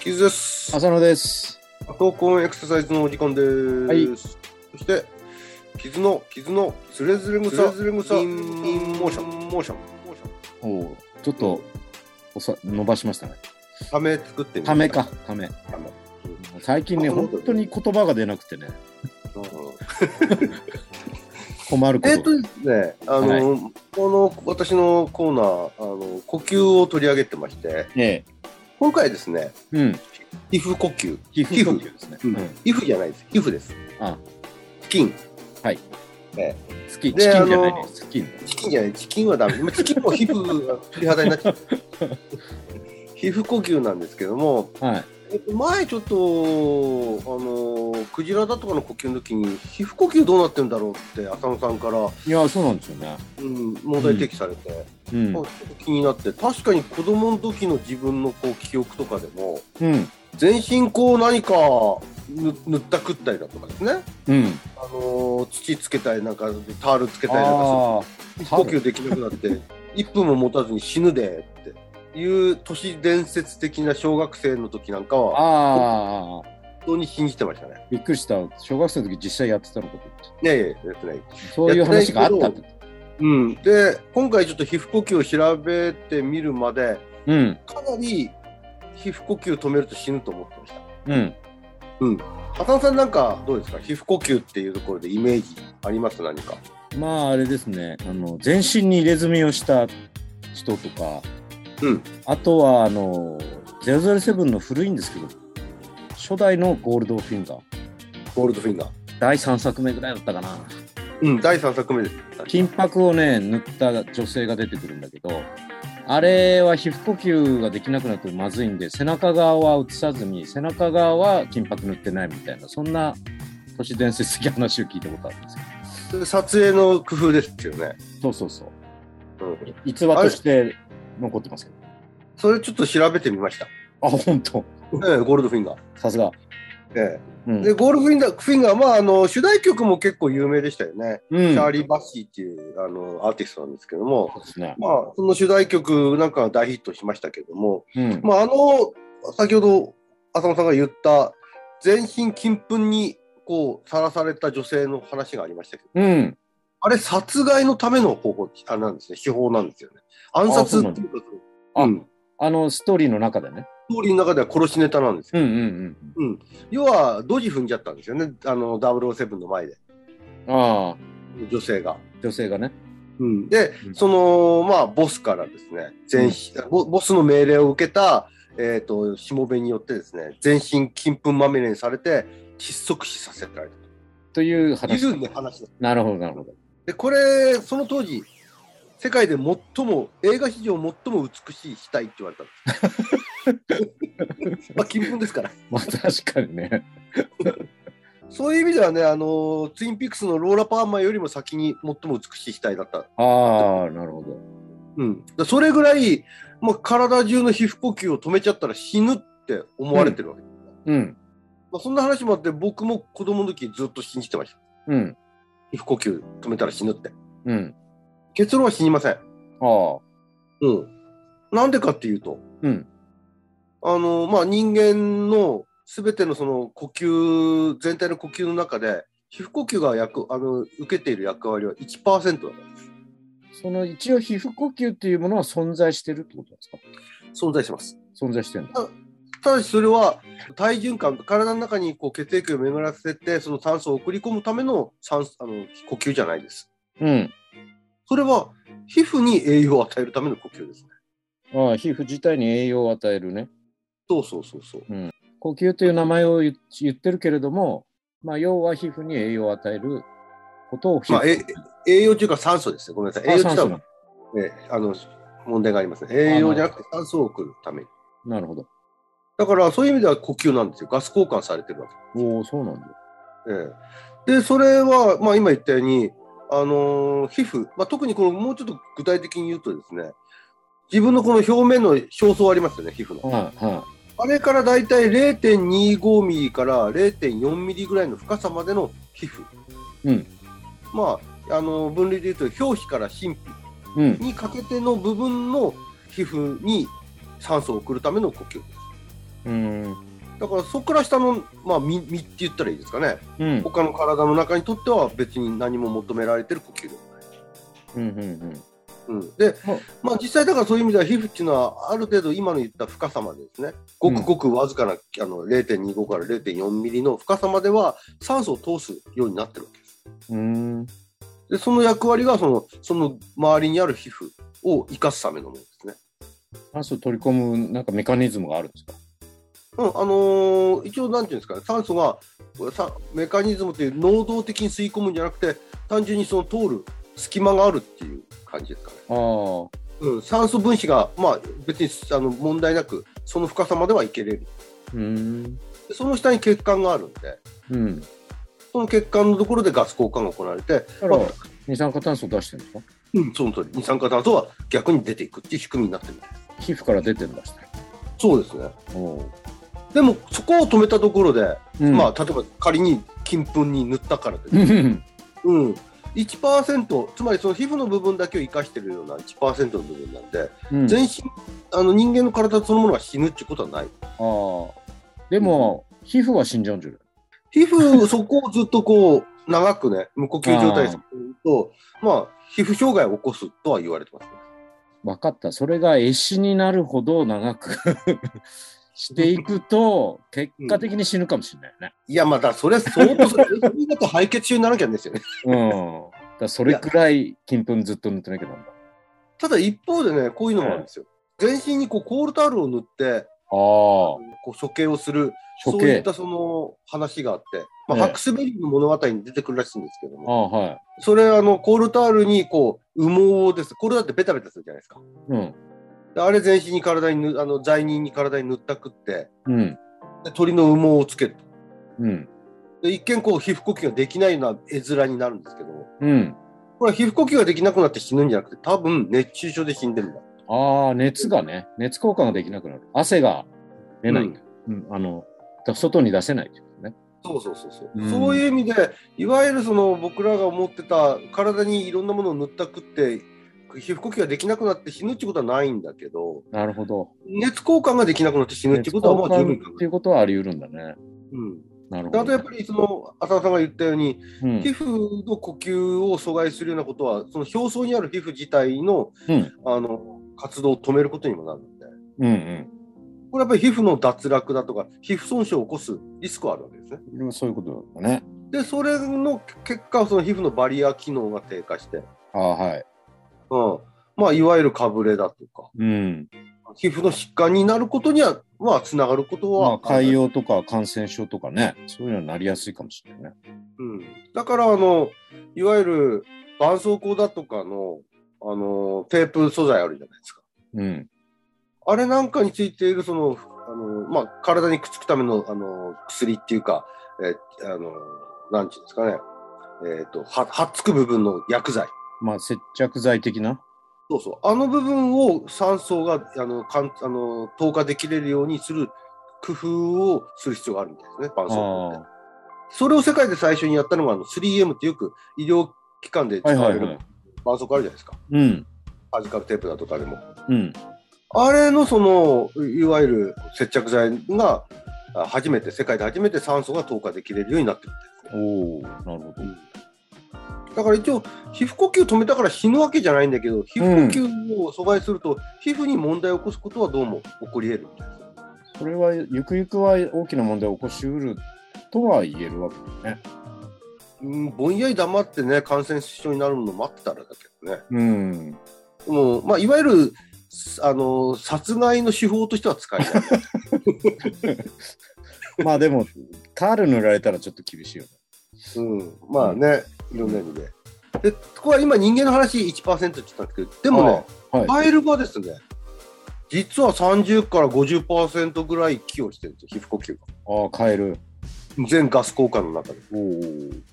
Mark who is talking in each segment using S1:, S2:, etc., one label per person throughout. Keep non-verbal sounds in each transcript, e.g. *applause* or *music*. S1: キズです。
S2: 浅野です。
S1: 闘魂エクササイズのお時間です。
S2: はい
S1: そして、傷の、傷の、ズレズレ草、ズレズレ草、インインモーション、モーション、
S2: おお、ちょっと、おさ、伸ばしましたね。
S1: ため作ってみ
S2: ためか、。ため。最近ね、
S1: あそう
S2: 本当に言葉が出なくてね、
S1: うん
S2: 困るこ
S1: えっ
S2: と
S1: と
S2: が。
S1: ですね、あの、この私のコーナー、あの呼吸を取り上げてまして、
S2: ええ。
S1: 今回ですね、
S2: うん。
S1: 皮膚呼吸、
S2: 皮膚呼吸ですね。
S1: う
S2: うんん。
S1: 皮膚じゃないです、皮膚です。
S2: あ、
S1: チキン、
S2: スキ
S1: で
S2: ン、チキンじゃ
S1: あ
S2: ない
S1: の
S2: ね。スキン。
S1: チキンじゃない、チキンはダメ、今チキンも皮膚が *laughs* 鳥肌になっちゃう。皮膚呼吸なんですけども、
S2: はい。
S1: えっと前ちょっとあのークジラだとかの呼吸の時に皮膚呼吸どうなってんだろうって浅野さんから、
S2: いや、そうなんですよね。
S1: うん、問題提起されて、
S2: うん
S1: まあ。ちょっと気になって確かに子供の時の自分のこう記憶とかでも
S2: うん。
S1: 全身こう何かぬ塗ったくったりだとかですね、
S2: うん。
S1: あのー土つけたりなんかタオルつけたりなんか
S2: ああ
S1: する皮膚呼吸できなくなって1分も持たずに死ぬでっていう都市伝説的な小学生の時なんかは
S2: ああ。
S1: 本当に信じてましたね。
S2: びっくりした。小学生の時実際やってたのかと思って。
S1: ねえやってない
S2: そういう話があったって。
S1: うん、で今回ちょっと皮膚呼吸を調べてみるまで
S2: うん。
S1: かなり皮膚呼吸止めると死ぬと思ってました
S2: うん。
S1: 浅野さんなんかどうですか皮膚呼吸っていうところでイメージあります何か
S2: まああれですねあの全身に入れ墨をした人とか、
S1: うん
S2: あとはあの007の古いんですけど初代のゴールドフィンガー
S1: ゴールドフィンガー
S2: 第3作目ぐらいだったかな
S1: うん第3作目です
S2: 金箔をね塗った女性が出てくるんだけどあれは皮膚呼吸ができなくなってまずいんで背中側は映さずに背中側は金箔塗ってないみたいなそんな都市伝説的話を聞いたことあるんですよ
S1: それ撮影の工夫ですよね、
S2: そうそうそう
S1: うん、
S2: 逸話として残ってますけど
S1: それちょっと調べてみました、
S2: あ本当
S1: ええゴールドフィンガー
S2: さすが。
S1: ええ
S2: うん
S1: でゴールドフィンガーフィンガーまああの主題曲も結構有名でしたよね、
S2: うん
S1: チャーリー・バッシーっていうあのアーティストなんですけども
S2: そうですね。
S1: まあ、その主題曲なんかが大ヒットしましたけども、
S2: うん。
S1: まあ、あの、先ほど浅野さんが言った、全身金粉にこう、さらされた女性の話がありましたけど、
S2: うん。
S1: あれ、殺害のための方法、あれなんですね、手法なんですよね。暗殺っていうか、
S2: あ
S1: うん、
S2: あの、ストーリーの中でね。
S1: ストーリーの中では殺しネタなんですよ。
S2: うんうん
S1: うん、要は、ドジ踏んじゃったんですよね、あの、007の前で、
S2: うん。ああ、
S1: 女性が。
S2: 女性がね。
S1: うん、で、
S2: うん
S1: そのまあボスからですね全身、ボボスの命令を受けた、えー、としもべによってですね全身金粉まみれにされて窒息死させられた
S2: という
S1: とい
S2: 話。
S1: うね話です
S2: なるほど、 *laughs* なるほど。
S1: でこれその当時世界で最も映画史上最も美しい死体って言われたんですまあ金粉ですから
S2: まあ、確かにね。
S1: そういう意味ではねあのツインピックスのローラ・パーマーよりも先に最も美しい死体だった
S2: ああ、なるほど。
S1: うん、だそれぐらい、まあ、体中の皮膚呼吸を止めちゃったら死ぬって思われてるわけ、
S2: うん。
S1: まあ、そんな話もあって僕も子供の時ずっと信じてました
S2: うん。
S1: 皮膚呼吸止めたら死ぬって
S2: うん。
S1: 結論は死にません、
S2: ああ。
S1: うん、なんでかっていうと
S2: うん。
S1: あの、まあ、人間の全てのその呼吸全体の呼吸の中で皮膚呼吸が役あの受けている役割は1%だから
S2: その一応皮膚呼吸っていうものは存在してるってことですか
S1: 存在します
S2: 存在してるんだ。
S1: ただしそれは体循環体の中にこう血液を巡らせてその酸素を送り込むための酸素あの呼吸じゃないです
S2: うん。
S1: それは皮膚に栄養を与えるための呼吸ですね
S2: ああ、皮膚自体に栄養を与えるね。
S1: そうそうそうそう
S2: 呼吸という名前を言言ってるけれども、まあ、要は皮膚に栄養を与えることを皮膚
S1: まあえ栄養というか酸素ですねごめんなさい栄養って
S2: あ
S1: 言
S2: 酸
S1: った
S2: 素
S1: ら
S2: が
S1: ねあの問題がありますね栄養じゃなくて酸素を送るために
S2: なるほど。
S1: だからそういう意味では呼吸なんですよガス交換されてるわけ
S2: おお、そうなんだ。
S1: ええ、でそれは、まあ、今言ったように、あのー皮膚、まあ、特にこのもうちょっと具体的に言うとですね自分のこの表面の表層ありますよね皮膚の
S2: はいはい。
S1: あれからだいたい0.25ミリから0.4ミリぐらいの深さまでの皮膚。
S2: うん。
S1: まあ、あの分類で言うと表皮から真
S2: うん
S1: 皮。にかけての部分の皮膚に酸素を送るための呼吸。
S2: うん。
S1: だからそこから下の、まあ、身身って言ったらいいですかね。
S2: うん。
S1: 他の体の中にとっては別に何も求められてる呼吸でもない。
S2: うん。うん。
S1: うん、で
S2: はい、
S1: まあ、実際だからそういう意味では皮膚っていうのはある程度今の言った深さまでですねごくごくわずかな、あの0.25から0.4ミリの深さまでは酸素を通すようになってるわけです。
S2: うん。
S1: でその役割がそのその周りにある皮膚を生かすためのものですね。
S2: 酸素を取り込むなんかメカニズムがあるんですか
S1: うんあのー一応なんていうんですかね酸素がさメカニズムという能動的に吸い込むんじゃなくて単純にその通る隙間があるっていう感じですかね。
S2: ああ。
S1: うん、酸素分子が、まあ、別にあの問題なくその深さまではいけれる。
S2: うん。
S1: でその下に血管があるんで、
S2: うん。
S1: その血管のところでガス交換が行われて、
S2: だから、二酸化炭素を出してるんですか
S1: うん、その通り、二酸化炭素は逆に出ていくっていう仕組みになってる。
S2: 皮膚から出てるんだして。
S1: そうですね。
S2: お
S1: でも、そこを止めたところで、
S2: うん
S1: まあ、例えば仮に金粉に塗ったからで、
S2: うん。
S1: うん、1%、つまりその皮膚の部分だけを生かしてるような1%の部分なんで、
S2: うん
S1: 全身、あの人間の体そのものが死ぬっていうことはない。
S2: ああ。でも、皮膚は死んじゃうんじゃない
S1: 皮膚、そこをずっとこう、長くね、無呼吸状態にすると、まあ、皮膚障害を起こすとは言われてますね。
S2: 分かった。それが絵師になるほど長くしていくと、結果的に死ぬかもしれないね。
S1: いや、まあだ、それ、相当それ、それだと敗血症にならなきゃいけないんですよね。 *laughs*
S2: うん。だからそれくらい金粉ずっと塗ってなきゃなんだ。
S1: ただ、一方でね、こういうのもあるんですよ。全身にこうコールタオルを塗って、
S2: ああ。
S1: こう処刑をする、
S2: 処
S1: そういっ
S2: 刑。
S1: たその話があって、まあ、
S2: ええ
S1: ハクスベリーの物語に出てくるらしいんですけど
S2: あ
S1: も、
S2: あ、はい。
S1: それ、あの、コールタオルに、こう、羽毛をです。これだってベタベタするじゃないですか。
S2: うん。
S1: であれ、全身に体に塗、あの、罪人に体に塗ったくって、
S2: うん。
S1: で鳥の羽毛をつけると。
S2: うん。
S1: で一見、こう、皮膚呼吸ができないような絵面になるんですけども、
S2: うん。
S1: これは皮膚呼吸ができなくなって死ぬんじゃなくて、多分、熱中症で死んでるんだ。
S2: ああ、熱がね、熱交換ができなくなる。汗が出ないんだ。うん。あの、だ外に出せないってことね。
S1: そうそうそうそう、
S2: うん
S1: そういう意味でいわゆるその僕らが思ってた体にいろんなものを塗ったくって皮膚呼吸ができなくなって死ぬってことはないんだけど
S2: なるほど。
S1: 熱交換ができなくなって死ぬってことはまあ十分
S2: 熱
S1: 考え
S2: 交換ってい
S1: る
S2: うことはあり得るんだね。
S1: うん、
S2: なるほ
S1: で
S2: ど、
S1: あとやっぱりその浅田さんが言ったように、
S2: うん
S1: 皮膚の呼吸を阻害するようなことはその表層にある皮膚自体の
S2: うん。
S1: あの活動を止めることにもなるので
S2: うんうん。
S1: これやっぱり皮膚の脱落だとか皮膚損傷を起こすリスクはあるわけですね。
S2: でもそういうことだね。
S1: でそれの結果その皮膚のバリア機能が低下して、
S2: ああ、はい。
S1: うんまあ、いわゆるかぶれだとか
S2: うん。
S1: 皮膚の疾患になることにはまあつながること
S2: まあ、
S1: は、
S2: 海洋とか感染症とかね、そういうのになりやすいかもしれないね。
S1: うん、だからあのいわゆる絆創膏だとかのあのテープ素材あるじゃないですか
S2: うん。
S1: あれなんかについているそのあの、まあ、体にくっつくためのあの薬っていうか、えあのなんていうんですかね、えー、とははっつく部分の薬剤
S2: まあ、接着剤的な。
S1: そうそう、あの部分を酸素があのかんあの透過できれるようにする工夫をする必要があるみたいですね、絆
S2: あ
S1: 創膏って。
S2: あ。
S1: それを世界で最初にやったのがあの 3M ってよく医療機関で使
S2: はいは
S1: わ
S2: い
S1: れ
S2: はい
S1: る。絆創膏あるじゃないですか、
S2: うん。
S1: アジカルテープだとかでも。
S2: うん。
S1: あれのそのいわゆる接着剤があ初めて世界で初めて酸素が透過できれるようになってるみたいですね。
S2: おおなるほど。
S1: だから一応、皮膚呼吸止めたから死ぬわけじゃないんだけど、皮膚呼吸を阻害すると、皮膚に問題を起こすことはどうも起こり得るみたいです。
S2: それは、ゆくゆくは大きな問題を起こしうるとは言えるわけだよね。
S1: うん、ぼんやり黙ってね、感染症になるのを待ってたらだけどね、
S2: うん。
S1: もうまあ、いわゆるあの殺害の手法としては使えない。
S2: ま *laughs* あでも、カール塗られたらちょっと厳しいよね。
S1: うん、まあね、いろんな意味で。で、これは今、人間の話1%って言ったんですけど、でもね、
S2: ああ、
S1: カ
S2: はい。
S1: エルがですね、実は30から50%ぐらい寄与してるんですよ、皮膚呼吸が。
S2: ああ、カエル。
S1: 全ガス交換の中で。
S2: おおうん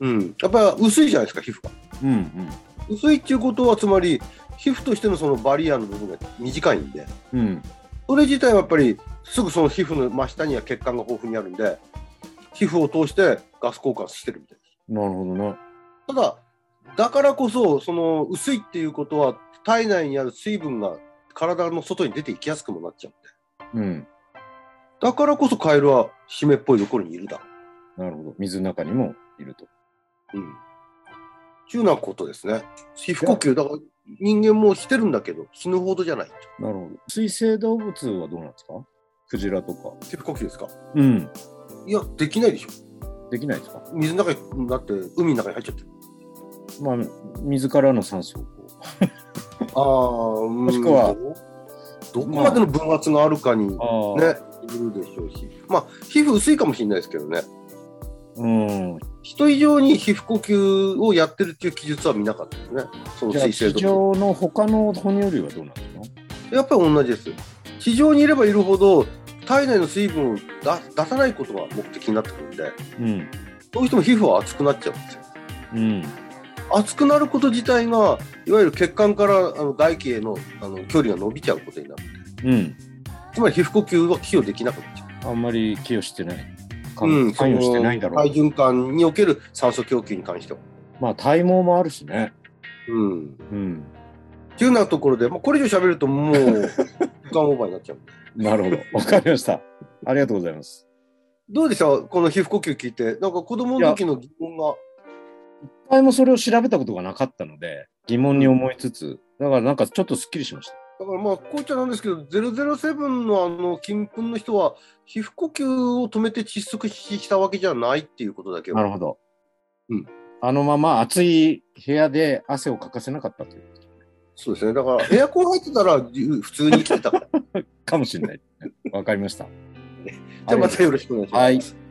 S1: うん、やっぱり薄いじゃないですか皮膚が
S2: うん。
S1: 薄いっていうことはつまり皮膚としてのそのバリアの部分が短いんで
S2: うん。
S1: それ自体はやっぱりすぐその皮膚の真下には血管が豊富にあるんで、皮膚を通してガス交換してるみたいです。
S2: なるほどな。
S1: ただ、だからこそ、その薄いっていうことは、体内にある水分が体の外に出ていきやすくもなっちゃうんで、
S2: うん。
S1: だからこそカエルは湿っぽいところにいるだろ
S2: なるほど。水の中にもいると。
S1: う。うん。ちゅうなことですね。皮膚呼吸、だから人間もしてるんだけど、死ぬほどじゃない。
S2: なるほど。水生動物はどうなんですかクジラとか。
S1: 皮膚呼吸ですか
S2: うん。
S1: いや、できないでしょ。
S2: できないですか
S1: 水の中に、だって海の中に入っちゃってる。
S2: まあ、水からの酸素をこ
S1: ああ、も
S2: しくは
S1: どこまでの分圧があるかに、
S2: う。
S1: ね、いるでしょうし、まあ、皮膚薄いかもしれないですけどね、
S2: うん。
S1: 人以上に皮膚呼吸をやってるっていう記述は見なかったですね、その
S2: じゃあ、
S1: 水
S2: 地
S1: 生動
S2: 上の他の哺乳類はどうなんですか
S1: 物。やっぱり同じです。地上にいればいるほど、体内の水分を出出さないことが目的になってくるんで、
S2: うん。
S1: どうしても皮膚は熱くなっちゃうんですよ。
S2: うん。
S1: 熱くなること自体が、いわゆる血管からあの外気へのあの距離が伸びちゃうことになる。
S2: うん。
S1: つまり皮膚呼吸は寄与できなくなっちゃう。
S2: あんまり寄与してない。
S1: うん、
S2: 関関与してないんだろう
S1: そ。の体循環における酸素供給に関しては。
S2: まあ、体毛もあるしね。
S1: うん。
S2: うん。
S1: っていうようなところで、まあ、これ以上喋るともう時間オーバーになっちゃう。*laughs*
S2: なるほど。わかりました。ありがとうございます。
S1: どうでしたこの皮膚呼吸聞いて。なんか子供の時の疑問が。
S2: 一回もそれを調べたことがなかったので、疑問に思いつつ、だからなんかちょっとすっきりしました。
S1: だからまあ、こういっちゃなんですけど、007のあの、金粉の人は、皮膚呼吸を止めて窒息死したわけじゃないっていうことだけ
S2: な
S1: は。
S2: るほど。
S1: うん。
S2: あのまま暑い部屋で汗をかかせなかったというこ
S1: そうですね。だから、エアコン入ってたら、普通に生きてたから。じ *laughs*
S2: とかもしれない。わかりました。
S1: ゃあまたよろしくお願いします。
S2: はい